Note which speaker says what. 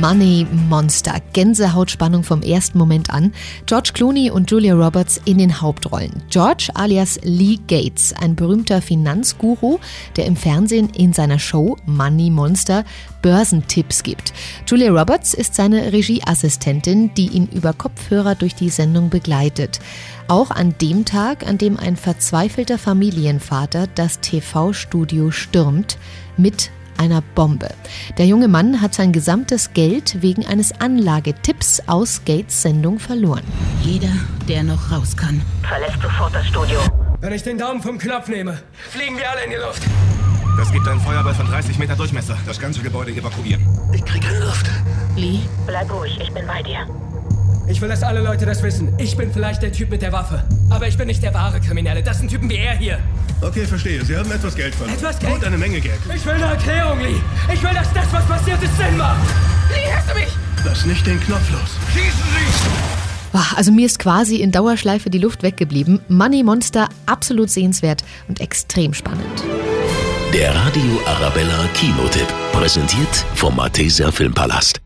Speaker 1: Money Monster. Gänsehautspannung vom ersten Moment an. George Clooney und Julia Roberts in den Hauptrollen. George alias Lee Gates, ein berühmter Finanzguru, der im Fernsehen in seiner Show Money Monster Börsentipps gibt. Julia Roberts ist seine Regieassistentin, die ihn über Kopfhörer durch die Sendung begleitet. Auch an dem Tag, an dem ein verzweifelter Familienvater das TV-Studio stürmt, mit einer Bombe. Der junge Mann hat sein gesamtes Geld wegen eines Anlagetipps aus Gates Sendung verloren.
Speaker 2: Jeder, der noch raus kann.
Speaker 3: Verlässt sofort das Studio.
Speaker 4: Wenn ich den Daumen vom Knopf nehme, fliegen wir alle in die Luft.
Speaker 5: Das gibt einen Feuerball von 30 Meter Durchmesser. Das ganze Gebäude evakuieren.
Speaker 6: Ich krieg keine Luft.
Speaker 2: Lee,
Speaker 3: Bleib ruhig, ich bin bei dir.
Speaker 4: Ich will, dass alle Leute das wissen. Ich bin vielleicht der Typ mit der Waffe. Aber ich bin nicht der wahre Kriminelle. Das sind Typen wie er hier.
Speaker 5: Okay, verstehe. Sie haben etwas Geld verloren.
Speaker 4: Etwas Geld?
Speaker 5: Und eine Menge Geld.
Speaker 4: Ich will eine Erklärung, Lee. Ich will, dass das, was passiert ist, Sinn macht. Lee, hörst du mich?
Speaker 5: Lass nicht den Knopf los.
Speaker 1: Boah, Also mir ist quasi in Dauerschleife die Luft weggeblieben. Money Monster absolut sehenswert und extrem spannend.
Speaker 7: Der Radio Arabella Kinotipp. Präsentiert vom Malteser Filmpalast.